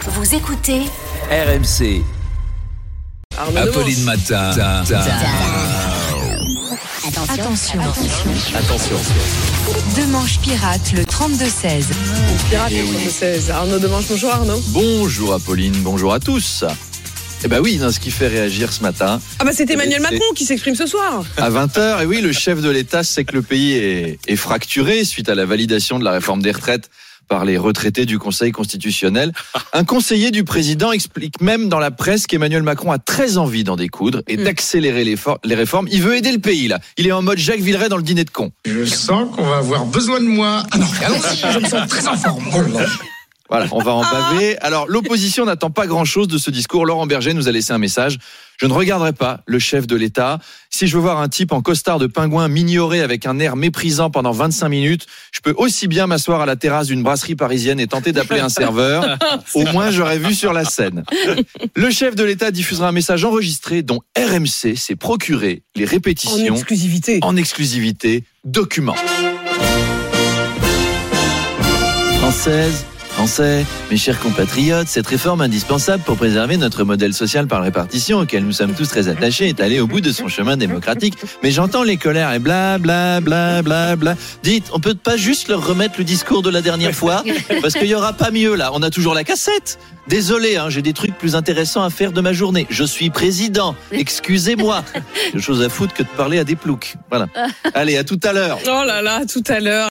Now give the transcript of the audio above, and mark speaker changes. Speaker 1: Vous écoutez
Speaker 2: RMC,
Speaker 3: Arnaud
Speaker 2: Apolline
Speaker 3: Demance.
Speaker 2: Matin.
Speaker 4: Attention,
Speaker 3: Attention.
Speaker 4: deux manches pirates le 32-16.
Speaker 3: Pirate le 76. euh, Arnaud Demange, bonjour Arnaud.
Speaker 5: Bonjour Apolline, bonjour à tous. Eh ben oui, non, ce qui fait réagir ce matin,
Speaker 3: Ah bah c'est Emmanuel
Speaker 5: Et-
Speaker 3: Macron qui s'exprime ce soir.
Speaker 5: à 20h, et oui, le chef de l'État sait que le pays est, est fracturé suite à la validation de la réforme des retraites par les retraités du Conseil constitutionnel. Un conseiller du président explique même dans la presse qu'Emmanuel Macron a très envie d'en découdre et
Speaker 3: Mm.
Speaker 5: d'accélérer les, for- les réformes. Il veut aider le pays, là. Il est en mode Jacques Villeray dans le dîner de con.
Speaker 6: Je sens qu'on va avoir besoin de moi. Ah non, allons-y, je me sens très en forme. Oh là là.
Speaker 5: Voilà, on va en baver. Alors, l'opposition n'attend pas grand-chose de ce discours. Laurent Berger nous a laissé un message. Je ne regarderai pas le chef de l'État. Si je veux voir un type en costard de pingouin m'ignorer avec un air méprisant pendant 25 minutes, je peux aussi bien m'asseoir à la terrasse d'une brasserie parisienne et tenter d'appeler un serveur. Au moins, j'aurais vu sur la scène. Le chef de l'État diffusera un message enregistré dont RMC s'est procuré les
Speaker 3: En
Speaker 5: répétitions
Speaker 3: exclusivité.
Speaker 5: en exclusivité document. Française, Français, mes chers compatriotes, cette réforme indispensable pour préserver notre modèle social par répartition auquel nous sommes tous très attachés est allée au bout de son chemin démocratique. Mais j'entends les colères et bla bla bla bla bla. Dites, on peut pas juste leur remettre le discours de la dernière fois parce qu'il y aura pas mieux là. On a toujours la cassette. Désolé, hein, j'ai des trucs plus intéressants à faire de ma journée. Je suis président. Excusez-moi. J'ai chose à foutre que de parler à des ploucs. Voilà. Allez, à tout à l'heure.
Speaker 3: Oh là là, tout à l'heure.